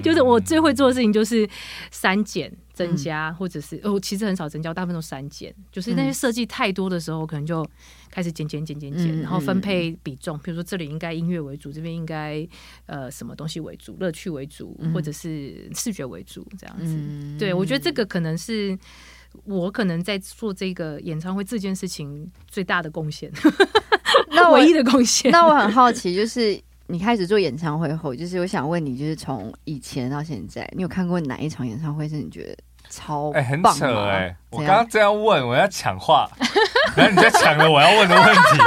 就是我最会做的事情就是删减、嗯增加，或者是呃我其实很少增加，我大部分都删减。就是那些嗯设计太多的时候，我可能就开始减减减减减，嗯然后分配比重，比如说这里应该音乐为主，这边应该呃什么东西为主，乐趣为主，嗯或者是视觉为主这样子。 嗯对，我觉得这个可能是我可能在做这个演唱会这件事情最大的贡献， 那我 唯一的贡献。那我很好奇，就是你开始做演唱会后，就是我想问你，就是从以前到现在，你有看过哪一场演唱会是你觉得超哎、很棒扯吗哎、我怎刚样刚这样问，我要抢话， 然后你就抢了我要问的问题。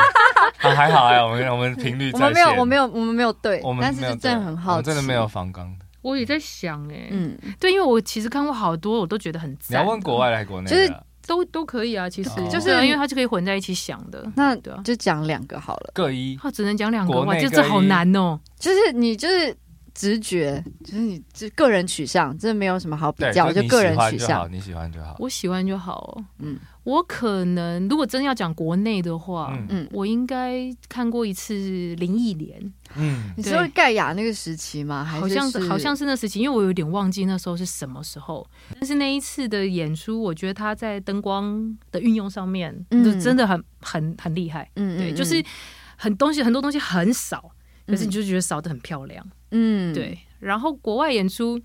啊，还好哎、我们我们频率我在们没有，线我没有，我们没有对，我们但是没就有真的对很我好们奇，真的没有防刚的。我也在想、哎、嗯，对，因为我其实看过好多，我都觉得很你赞的。哦要问国外还是国内的？哦就是都都可以啊，其实哦就是因为它就可以混在一起想的。那对啊，就讲两个好了，各一。它只能讲两个国哇，内这这各好一难哦。就是你就是直觉，就是你这个人取向，这没有什么好比对，较，就就个人取你喜欢就好，向，你喜欢就好。我喜欢就好哦。嗯我可能如果真要讲国内的话，嗯嗯。我应该看过一次林忆莲，嗯你对是会盖亚那个时期吗？还好像是好像是那时期，因为我有点忘记那时候是什么时候。但是那一次的演出，我觉得他在灯光的运用上面，嗯就真的很很很厉害。嗯对，就是很东西很多东西很少，可是你就觉得少的很漂亮。嗯，对，然后国外演出，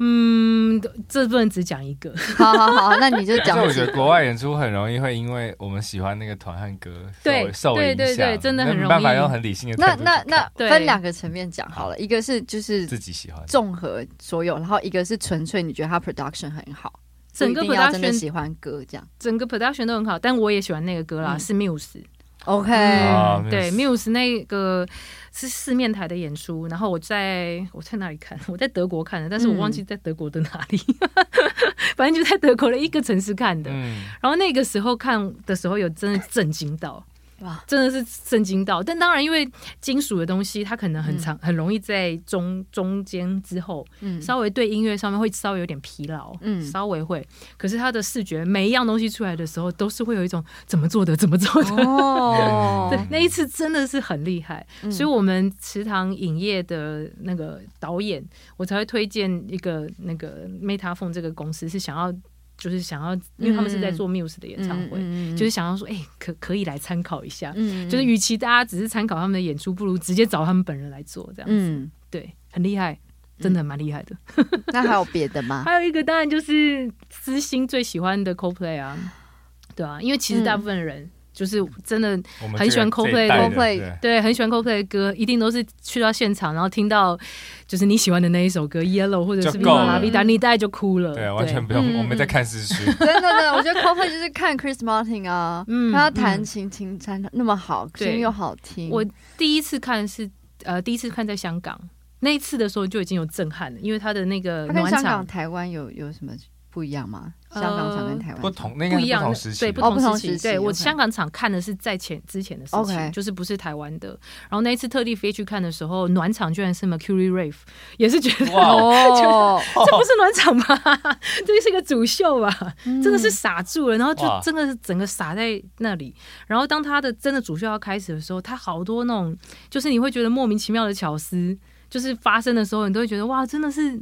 嗯，这不能只讲一 个。好好好，那你就 但讲是我几觉得个国外演出很容易会因为我们喜欢那个团和歌受对受对影响，对对真的很容易没办法用很理性的态那度那去看那对分两个层面讲好了，一个是就是自己喜欢综合所有，然后一个是纯粹你觉得他 production 很好，整个不一定要真的 production 喜欢歌这样。整个 production 都很好，但我也喜欢那个歌啦，嗯是 Muse。 OK，、啊嗯对 Muse Muse 那个是四面台的演出，然后我在我在哪里看？我在德国看的，但是我嗯忘记在德国的哪里， 反正就在德国的一个城市看的。嗯，然后那个时候看的时候，有真的震惊到，哇，真的是震惊到。但当然，因为金属的东西，它可能很长，很容易在中中间之后，嗯稍微对音乐上面会稍微有点疲劳，嗯稍微会。可是它的视觉，每一样东西出来的时候，都是会有一种怎么做的，怎么做的。 哦， 对，那一次真的是很厉害，嗯所以我们池塘影业的那个导演，我才会推荐一个那个 Meta Phone 这个公司，是想要就是想要，因为他们是在做 Muse 的演唱会，嗯嗯嗯就是想要说，哎、可可以来参考一下，嗯就是与其大家只是参考他们的演出，不如直接找他们本人来做，这样、嗯，对，很厉害。真的蛮厉害的， 那还有别的吗？还有一个当然就是知心最喜欢的 CoPlay 啊，对啊，因为其实大部分人就是真的我们很喜这个欢 Coldplay 这一代的 Coldplay 对对，很喜欢 Coldplay 的歌，一定都是去到现场，然后听到就是你喜欢的那一首歌《Yellow》或者是《就 v i 够 v 了 a La Vida》，你大概就哭了。对，完全不嗯用，嗯我们在看诗书。真的真的，我觉得 Coldplay 就是看 Chris Martin 啊，嗯看他弹琴琴弹得那么好，对声音又好听，我第一次看是呃，第一次看在香港，那一次的时候就已经有震撼了，因为他的那个他跟暖香港、场台湾有有什么不一样吗？香呃港场跟台湾不场同，那应该一是不样同的时，期对，的，不哦不同同时时期。对期我，OK 香港场看的是在前之前的事情， OK 就是不是台湾的。然后那一次特地飞去看的时候，暖场居然是 Mercury Rave，也是觉得哇 哦，这不是暖场吧？ 这是个主秀吧？嗯真的是傻住了，然后就哇真的是整个傻在那里。然后当他的真的主秀要开始的时候，他好多那种，就是你会觉得莫名其妙的巧思，就是发生的时候，你都会觉得哇，真的是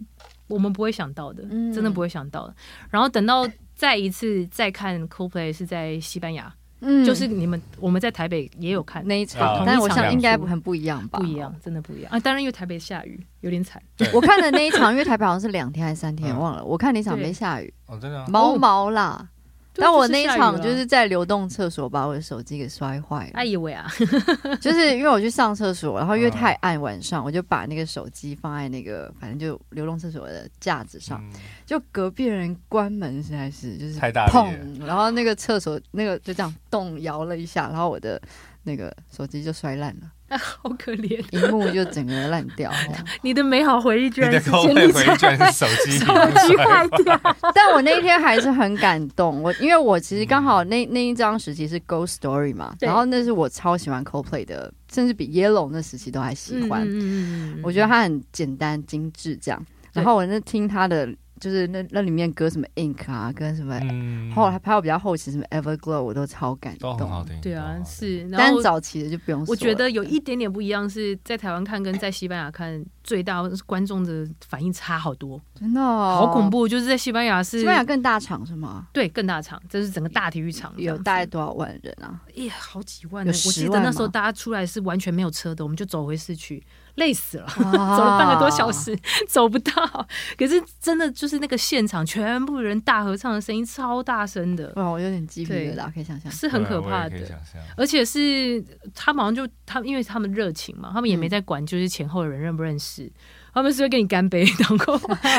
我们不会想到的，嗯真的不会想到的。然后等到再一次再看 CoPlay 是在西班牙，嗯就是你们我们在台北也有看，那一啊场，但是我同一想场应该很不一样吧？不一样，真的不一样啊！当然因为台北下雨，有点惨。我看的那一场，因为台北好像是两天还是三天，嗯忘了。我看那一场对没下雨，哦，真的啊，毛毛啦。但我那一场就就是下雨啊是在流动厕所把我的手机给摔坏了哎了，以为啊， 就是因为我去上厕所，然后因为太暗，晚上我就把那个手机放在那个反正就流动厕所的架子上，嗯就隔壁人关门实在是就是太大力了砰，然后那个厕所那个就这样动摇了一下，然后我的那个手机就摔烂了。好可怜，荧幕就整个烂掉这样。你的美好回忆居你然的是口建味立回忆居然在是手 机手机坏掉。但我那一天还是很感动，我因为我其实刚好那嗯那一张时期是 Ghost Story 嘛，对然后那是我超喜欢 Coldplay 的，甚至比 Yellow 那时期都还喜欢。嗯我觉得它很简单精致这样。对然后我那听他的，就是那那里面歌什么 Ink 啊，跟什么，嗯后来拍到比较后期什么 Everglow，我都超感都很好动。听，对啊都很，好听。是。然但后是早期的就不用说了。我觉得有一点点不一样，是在台湾看跟在西班牙看，最大观众的反应差好多，真的、哦、好恐。怖。就是在西班牙是西班牙更大场是吗？对更大场，这是整个大体育场这有样子，大概多少万人啊？耶哎好几万有呢。我记10得万那时候吗大家出来是完全没有车的，我们就走回市区，累死了。走 走了半个多小，时， 走不到。可是真的就是那个现场，全部人大合唱的声音超大声的，哇，我有点鸡皮疙瘩，可以想象。是很对可啊我也怕可以的。想象而且是他们好像就他，因为他们热情嘛，他们也没在管就是前后的人认不认识，他们是会跟你干杯， 然后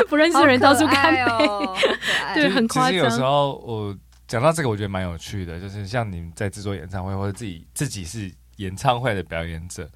不认识的人到处干杯。 好哦可爱对，就很其夸实有时张。候我讲到这个，我觉得蛮有趣的，就是像你们在制作演唱会，或者自己自己是演唱会的表演者，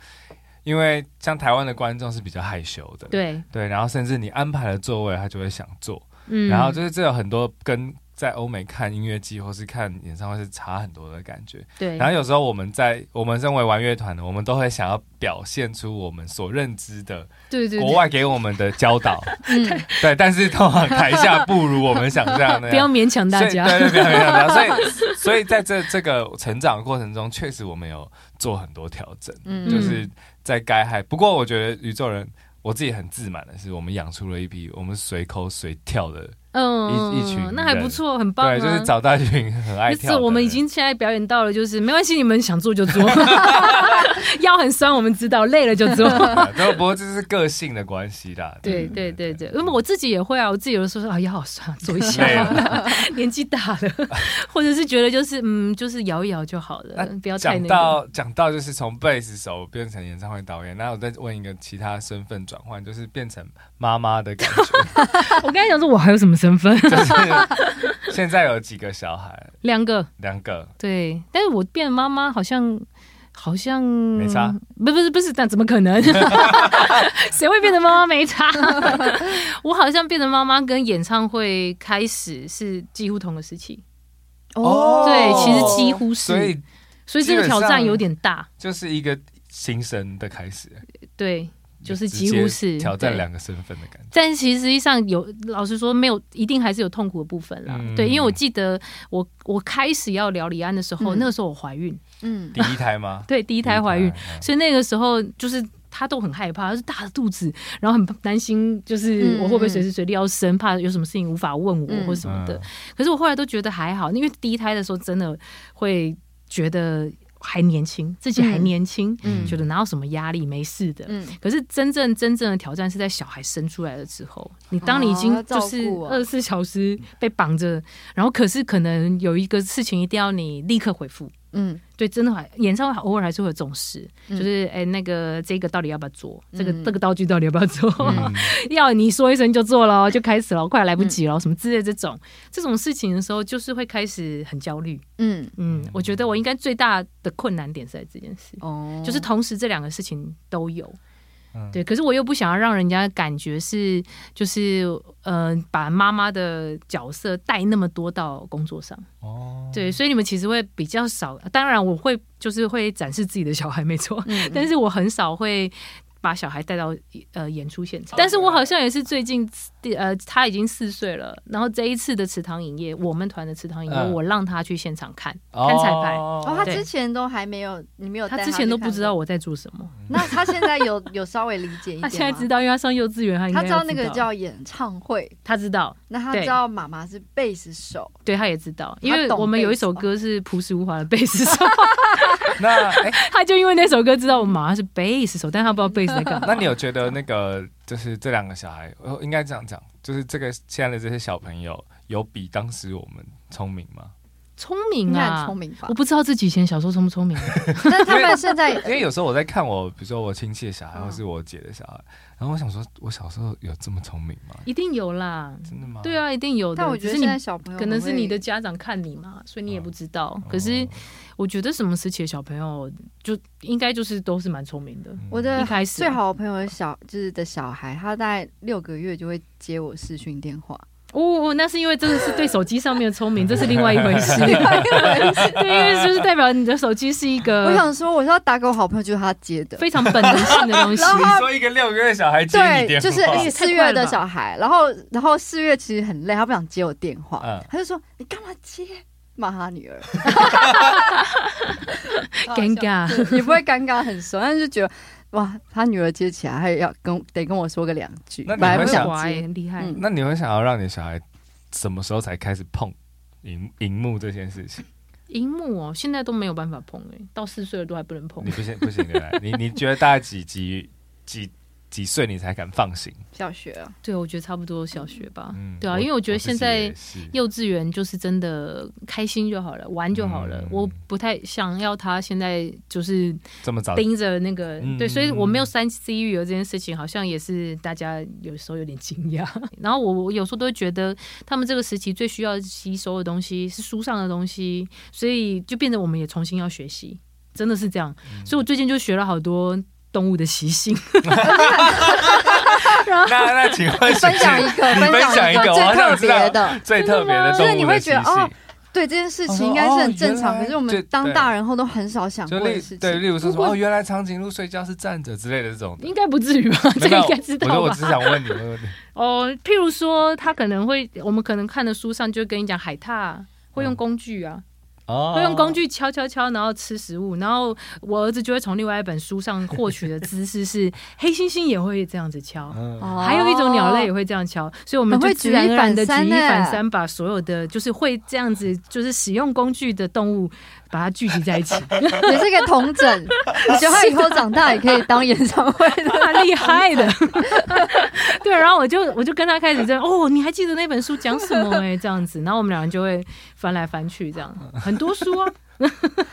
因为像台湾的观众是比较害羞的，对，对然后甚至你安排了座位，他就会想坐，嗯，然后就是这有很多跟。在欧美看音乐季或是看演唱会是差很多的感觉，对，然后有时候我们在我们身为玩乐团的，我们都会想要表现出我们所认知的对对国对，外给我们的教 导，嗯对，但是通常台下不如我们想象那 不要样。勉强大所以家。对对，不要不要不要。所以，所以在这这个成长的过程中，确实我们有做很多调整，嗯就是在该害。不过，我觉得宇宙人，我自己很自满的是，我们养出了一批我们随口随跳的，嗯，一一群那还人不错，很棒啊。对，就是找到一群很爱意跳的思人。我们已经现在表演到了，就是没关系，你们想做就做，腰很酸，我们知道，累了就做。 对， 这不过这是个性的关系啦。对对对对，因为我自己也会啊，我自己有的时候说啊腰好酸，做一下累， 年纪大 了，或者是觉得就是嗯，就是摇一摇就好了那，不要太啊讲那个。到讲到就是从贝斯手变成演唱会导演，那我再问一个其他身份转换，就是变成妈妈的感 觉， 我刚才想说，我还有什么 身份？就是现在有几个小孩，两个，两个，对，但是我变妈妈好像。好像没差，不不是不是，但怎么 可能？谁会变成妈妈没差？ 我好像变成妈妈跟演唱会开始是几乎同个时期，哦对，其实几乎是，所以所以这个挑战有点大，就是一个新生的开始，对，就是直接几乎是挑战对两个身份的感觉。但其实实际上有，老实说，没有一定还是有痛苦的部分啦。嗯对，因为我记得我我开始要聊李安的时候，嗯那个时候我怀孕，嗯，第一胎吗？对，第第一胎怀孕，嗯所以那个时候就是他都很害怕，就是大着肚子，然后很担心，就是嗯我会不会随时随地要生，怕有什么事情无法问我嗯或什么的。可是我后来都觉得还好，因为第一胎的时候真的会觉得还年轻，自己还嗯年轻，嗯觉得哪有什么压力，没事的。嗯，可是真正真正的挑战是在小孩生出来了之后，你当你已经哦要照就是顾啊二十四小时被绑着，然后可是可能有一个事情一定要你立刻回复。嗯对，真的还演唱会偶尔还是会有这种事，嗯就是哎、那个这个到底要不要做？这个嗯这个道具到底要不要做？嗯 要你说一声就 做了，就开始了，快来不嗯及了，什么之类的这种这种事情的时候，就是会开始很焦虑。嗯，嗯，我觉得我应该最大的困难点是在这件事。哦，就是同时这两个事情都有。嗯对，可是我又不想要让人家感觉是，就是呃，把妈妈的角色带那么多到工作上。哦，对，所以你们其实会比较少。当然，我会就是会展示自己的小孩，没错， 嗯，嗯但是我很少会把小孩带到呃演出现哦场。但是啊我好像也是最近呃，他已经四岁了，然后这一次的池塘影业，我们团的池塘影业，嗯我让他去现场看哦看彩排，哦，他对之前都还没有，你没哦有带他他之前都去不看知道过，我在做什么。那他现在 有有稍微理解一点，他现在知，道，因为他上幼稚园，他应该他知道那个叫演唱会，他知道，那他对知道妈妈是贝斯手，对，他也知道，他因为懂我们有一首贝斯哦歌是朴实无华的贝斯手， 那哎，他就因为那首歌知道我妈妈是贝斯手，但他不知道贝斯在干 嘛。那你有觉得那个就是这两个小孩，哦，应该这样讲，就是这个现在的这些小朋友有比当时我们聪明吗？聪应明该啊很聪，明吧我？不知道自己以前小时候聪 不聪明，但是他们现 在呃因为有时候我在看我，比如说我亲戚的小孩，嗯或是我姐的小孩，然后我想说，我小时候有这么聪明吗？一定有啦。真的吗？对，啊，一定有的。哦但我觉只得是你现在小朋友可能很是你会哦的家长看你嘛，所以你也嗯不知道。可是我觉得什么时期的小朋友就应该就是都是蛮聪明的。嗯我的一开始最啊好的朋友的小就是的小孩，他大概六个月就会接我视讯电话，哦，哦那是因为这个是对手机上面的 聪明，这是另外一回事。 对，因为就是代表你的手机是一我个想说我是要打给我好朋友，就是他接的。呃非常本能性的东 西。然后你说一个六个月小孩接你对，电话，就是 哎四月的小孩，然后然后四月其实很累，他不想接我电话，嗯他就说你干嘛接？骂他女儿， 尴尬对也不会尴尬，很熟，但是就觉得哇，他女儿接起来，他也要跟得跟我说个两句，那本你来会不想哇接，很厉害。嗯那你会想要让你小孩什么时候才开始碰荧荧幕这件事情？荧幕哦，现在都没有办法碰哎、到四岁了都还不能碰你。不行不行的啦，你你觉得大概几几几几岁你才敢放行？小学啊，对，我觉得差不多小学吧。嗯，对啊，因为我觉得自己现在也是幼稚园就是真的开心就好了，玩就好了。嗯我不太想要他现在就是这么早盯着那个，嗯对，所以我没有三 C 育儿这件事情，好像也是大家有时候有点惊讶。 然后我我有时候都会觉得，他们这个时期最需要吸收的东西是书上的东西，所以就变得我们也重新要学习，真的是这样。嗯所以我最近就学了好多动物的习性。那 那请问分享一是个，你分享享一一个个我好想知最道特 别的，最特别的动物的真的吗习就是你会觉得哦性，对这件事情应该是很正哦常，原来可是我们当大人后都很少想就过例的事对，例情。如说什如么果哦，原来长颈鹿睡觉是站着之类的这种的。 应该不至于 吧？这没个有应该知我道我吧只？想问你问问题，哦，譬如说，他可能会，我们可能看的书上就会跟你讲海獭。会用嗯工具啊，哦 会用工具敲敲敲，然后吃食物。然后我儿子就会从另外一本书上获取的知识是，黑猩猩也会这样子敲，嗯，哦还有一种鸟类也会这样敲，所以我们很就会自然而然的举一反三举一欸反三，把所有的就是会这样子，就是使用工具的动物，把它聚集在一起， 也是一个 童整，我觉得他以后长大也可以当演唱会 的。蛮厉害的。 对，然后我就我就跟他开始在哦，你还记得那本书讲什么哎、欸？这样子，然后我们两人就会翻来翻去，这样很多书啊。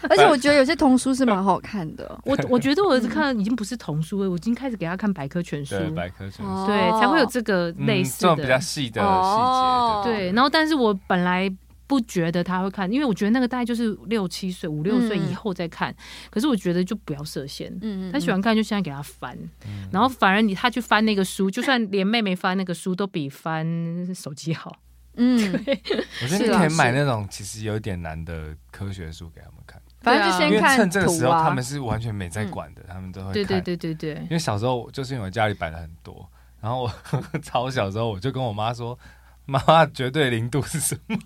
而且我觉得有些童书是蛮好看的，我我觉得我儿子看的已经不是童书了，我已经开始给他看百科全书，对，百科全书，对，才会有这个嗯哦类似这的。种比较细的哦细节，对，后然后但是我本来不觉得他会看，因为我觉得那个大概就是六七岁、五六岁以后再看。可是我觉得就不要设限，嗯嗯，嗯他喜欢看就现在给他翻，嗯然后反而你他去翻那个书，就算连妹妹翻那个书都比翻手机好。 嗯，我觉得你是啊可以买是那种其实有点难的科学书给他们看，反正就因为先趁看这个时图候他啊们。是完全没在管的，他们都会看。嗯对对对对对因。为小时候就是因为我家里摆了很多，然后我 超小时候我就跟我妈说，妈妈绝对零度是什么？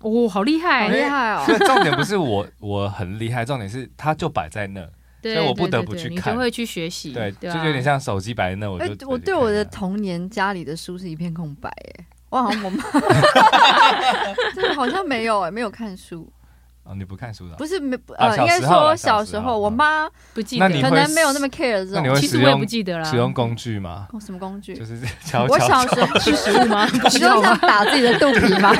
哦，好厉好害！厉害哦 所！以重点不是我我很厉害，重点是它就摆在那，对所以我不对得对不对去你看就会去学习，对，对就啊，有点像手机摆在那，我哎就，我对我的童年家里的书是一片空白，哎，我好像我妈，啊对，好像没有哎，没有 看书，哦，你不看书的啊，不是没不啊呃，应该小时候啦说小小时时候候我妈不记那得，你可会能没有那么 care 这那种你会其使实我也不用记得啦。使啊 用工具吗？哦什么工具就。 是 悄啊我悄小时候 吃食物吗？ 不你需就要想吧？打自己的肚皮吗？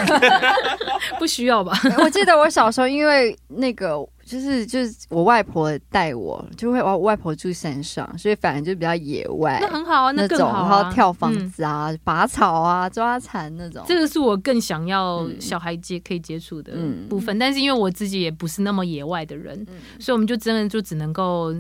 不需要吧？我记得我小时候，因为那个就是就是我外婆带我，就会我哦我外婆住山上，所以反正就比较野外那很好啊，哎那更种，好然啊。后跳房嗯子啊、拔草啊、抓蝉那种。这个是我更想要嗯小孩接可以接触的嗯部分，但是因为我自己也不是那么野外的人，嗯所以我们就真的就只能够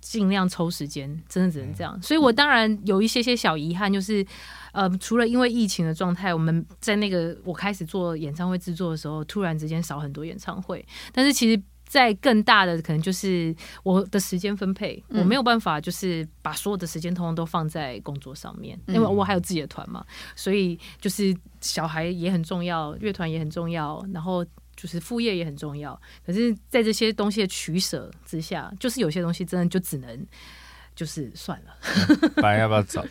尽量抽时间，真的只能这嗯样。所以我当然有一些些小遗憾，就是呃，除了因为疫情的状态，我们在那个我开始做演唱会制作的时候，突然之间少很多演唱会，但是其实。在更大的可能就是我的时间分配，嗯我没有办法就是把所有的时间通通都放在工作上面，因为嗯我还有自己的团嘛，所以就是小孩也很重要，乐团也很重要，然后就是副业也很重要。可是，在这些东西的取舍之下，就是有些东西真的就只能就是算了。本来要不要 找？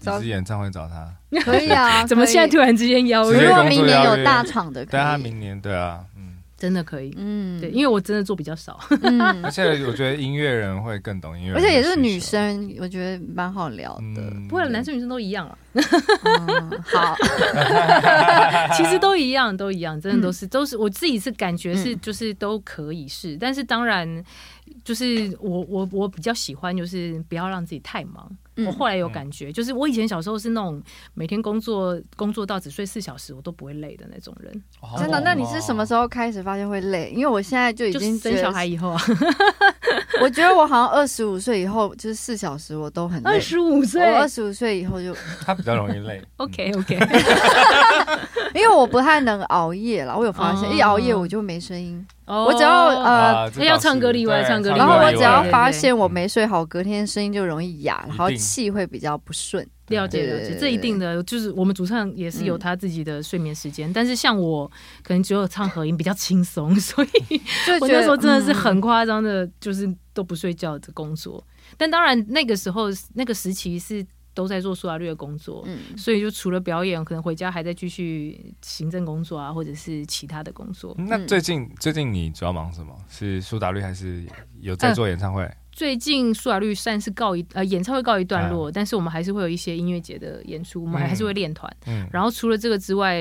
找你是演唱会找他？可以啊， 怎么可以现在突然之间邀直如接约？果工作明年邀有约大厂的，可但他以明年对啊，嗯，真的可以。嗯对，因为我真的做比较少，嗯而且我觉得音乐人会更懂音乐人而的需求，且也是女生，我觉得蛮好聊的。嗯， 不过男生女生都一样啊，嗯好， 其 实都一样，都一样，真的都嗯是都是我自己是感觉是嗯就是都可以是，但是当然就是我我我比较喜欢就是不要让自己太忙。嗯我后来有感觉，就是我以前小时候是那种每天工作工作到只睡四小时我都不会累的那种人，好真的，猛那你是什么哦时候开始发现会累？因为我现在就已就经生觉小得孩以后啊，我觉得我好像二十五岁以后，就是四小时我都很累。二十五我岁二十五岁以后就，哦他比较容易 累，OK OK，因为我不太能熬夜啦，我有发现，哦一熬夜我就没声音，我我只要嗯呃，啊这要倒是唱歌例外对唱歌例然后外我对只要对发现我没睡好，隔天声音就容易哑，然后一定气会比较不顺。了解对对了解，对这一定的就是我们主唱也是有嗯他自己的睡眠时间，但是像我可能只有唱合音比较轻松， 所以就我觉那得时候真的是很嗯夸张的，就是都不睡觉的工作。但当然那个时候那个时期是都在做苏打绿的工作，嗯所以就除了表演，可能回家还在继续行政工作啊，或者是其他的工作。那嗯最近最近你主要忙什么？是苏打绿还是有在呃做演唱会？最近苏打绿算是告一呃演唱会告一段嗯落，但是我们还是会有一些音乐节的演出，我们嗯还是会练团。嗯然后除了这个之外，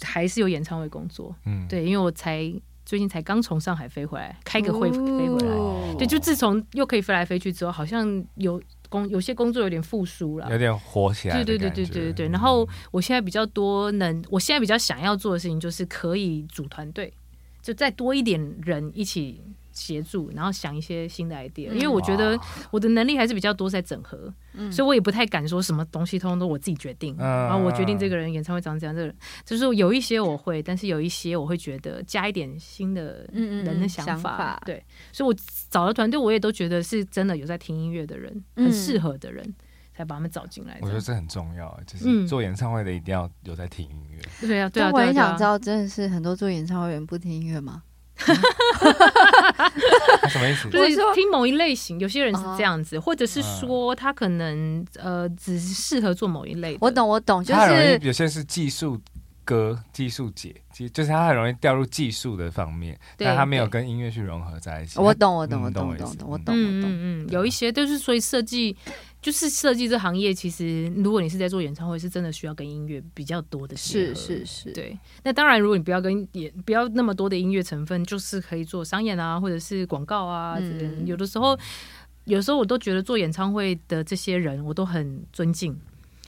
还是有演唱会工作。嗯，对，因为我才最近才刚从上海飞回来，开个会哦飞回来。哦对，就自从又可以飞来飞去之后，好像有工有些工作有点复苏了有。点火起来的对对对感觉。嗯对对对对。然后我现在比较多能，我现在比较想要做的事情就是可以组团队，就再多一点人一起协助，然后想一些新的 idea。嗯因为我觉得哇我的能力还是比较多在整合，嗯所以我也不太敢说什么东西通通都我自己决定。嗯然后我决定这个人演唱会长怎样，这个人就是有一些我会，但是有一些我会觉得加一点新的嗯嗯人的嗯想法，想法对，所以我找的团队我也都觉得是真的有在听音乐的人，嗯很适合的人，才把他们找进来。我觉得这这样很重要，就嗯是做演唱会的一定要有在听 音乐。对啊，对但啊，我对啊很对啊想知道，真的是很多做演唱会的人不听音乐吗？他什么意思？就我说是听某一类型，有些人是这样子，或者是嗯说他可能呃只适合做某一类的。我懂，我懂，就他很容是易有些是技术歌、技术姐，技就是他很容易掉入技术的方面，对但他没有对跟音乐去融合在一起。我懂，我懂，嗯我懂懂，我我意思懂，我嗯懂，我嗯懂。啊嗯嗯，有一些就是所以设计，就是设计这行业，其实如果你是在做演唱会，是真的需要跟音乐比较多的结合是是是，对，那当然，如果你不要跟也不要那么多的音乐成分，就是可以做商演啊，或者是广告啊之类的。嗯有的时候，有时候我都觉得做演唱会的这些人，我都很尊敬，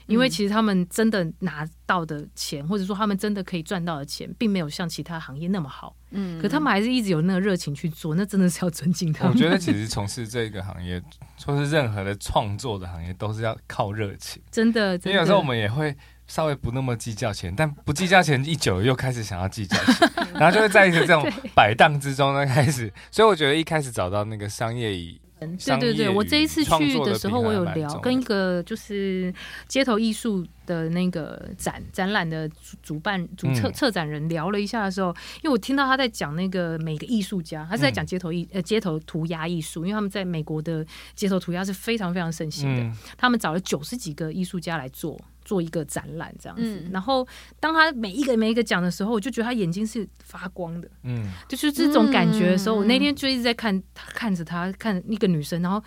因为嗯其实他们真的拿到的钱，或者说他们真的可以赚到的钱，并没有像其他行业那么好。嗯可他们还是一直有那个热情去做，那真的是要尊敬他我们。觉得其实从事这个行业，或是任何的创作的行业，都是要靠热情。真的，因真为的有时候我们也会稍微不那么计较钱，但不计较钱一久又开始想要计较 钱，然后就会在一个这种摆荡之中呢开始。所以我觉得一开始找到那个商业以对商业对对，与我这一次创去作的的时平候，衡我还有蛮聊重跟要一个就是街头艺术的那个展展览的主主办主策嗯策展人聊了一下的时候，因为我听到他在讲那个每个艺术家，他是在讲街头艺、嗯呃街头涂鸦艺术，因为他们在美国的街头涂鸦是非常非常盛行的，嗯他们找了九十几个艺术家来做。做一个展览这样子，嗯然后当他每一个每一个讲的时候，我就觉得他眼睛是发光的，嗯，就是这种感觉的时候，嗯我那天就一直在看看着她，看一个女生，然后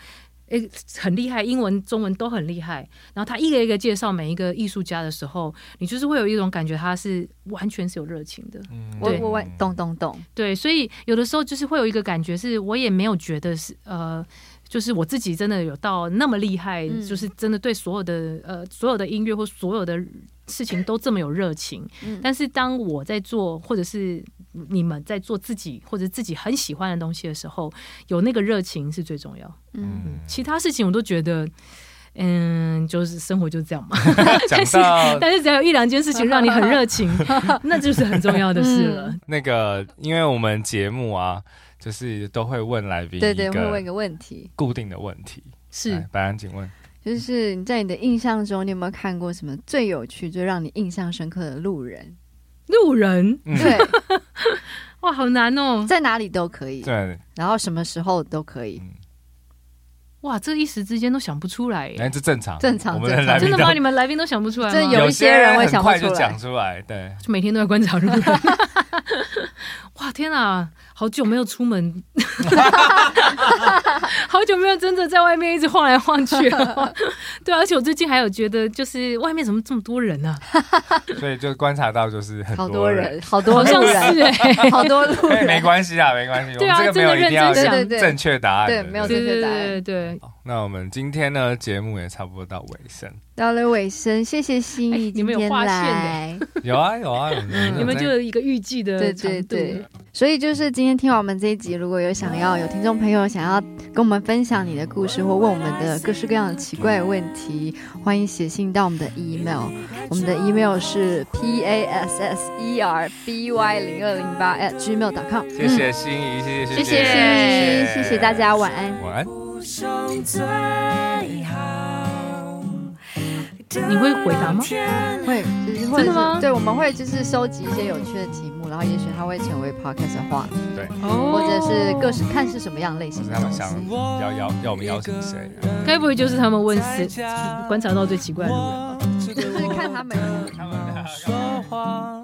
诶、很厉害，英文、中文都很厉害。然后她一个一个介绍每一个艺术家的时候，你就是会有一种感觉，她是完全是有热情的。嗯我对我我懂懂懂，对，所以有的时候就是会有一个感觉，是我也没有觉得是呃。就是我自己真的有到那么厉害，嗯就是真的对所有的呃所有的音乐或所有的事情都这么有热情。嗯但是当我在做，或者是你们在做自己或者自己很喜欢的东西的时候，有那个热情是最重要。嗯， 嗯，其他事情我都觉得，嗯，就是生活就 这样嘛。讲到但是只要有一两件事情让你很热 情，那就是很重要的事了。那个，因为我们节目啊，就是都会问来宾对一对，会问一个个问题，固定的问题。是来，白安，请问就是你在你的印象中，你有没有看过什么最有趣、最让你印象深刻的路人？路人嗯对， 哇，好难哦！在哪里都可以，对，然后什么时候都可以。哇，这一时之间都想不出来耶。哎，这正常，正常我们的正常来宾真的都吗？你们来宾都想不出来吗？真嗯有有一些人会很想不快出就来讲出来，对， 就每天都在观察路人，哇，天哪，好久没有出门， 好久没有真的在外面一直晃来 晃去了。对，而且我最近还有觉得，就是外面怎么这么多人啊？所以就观察到就是很好多多人，好多 好路像人，是哎、好多路哎，没人，关系啊，没关系，我对们啊这个没有一定要真的讲想对认真对对正确答案的， 对没有对正对确答对案对，好那我们今天呢，节目也差不多到尾声，到了尾声，谢谢心哎意你今们有天划线的来。有啊有啊，我们你们在就有一个预计 的对长对度对，所以就是今天听完我们这一集，如果有想要有听众朋友想要跟我们分享你的故事，或问我们的各式各样的奇怪的问题，欢迎写信到我们的 email。我们的 email 是 p a s s e r b y 零二零八 at gmail.com。谢谢心怡，谢谢学姐嗯谢谢，谢谢大，家，晚安。晚安。无声最好。你会回答吗 天会，就是或者真的吗是对，我们会就是收集一些有趣的题目，然后也许它会成为 podcast 的话，哦，或者是各式看是什么样类或型是的他东们西。想要邀要我们邀请谁？该不会就是他们问是观察到最奇怪的路人吧？就是看他们。他们说话。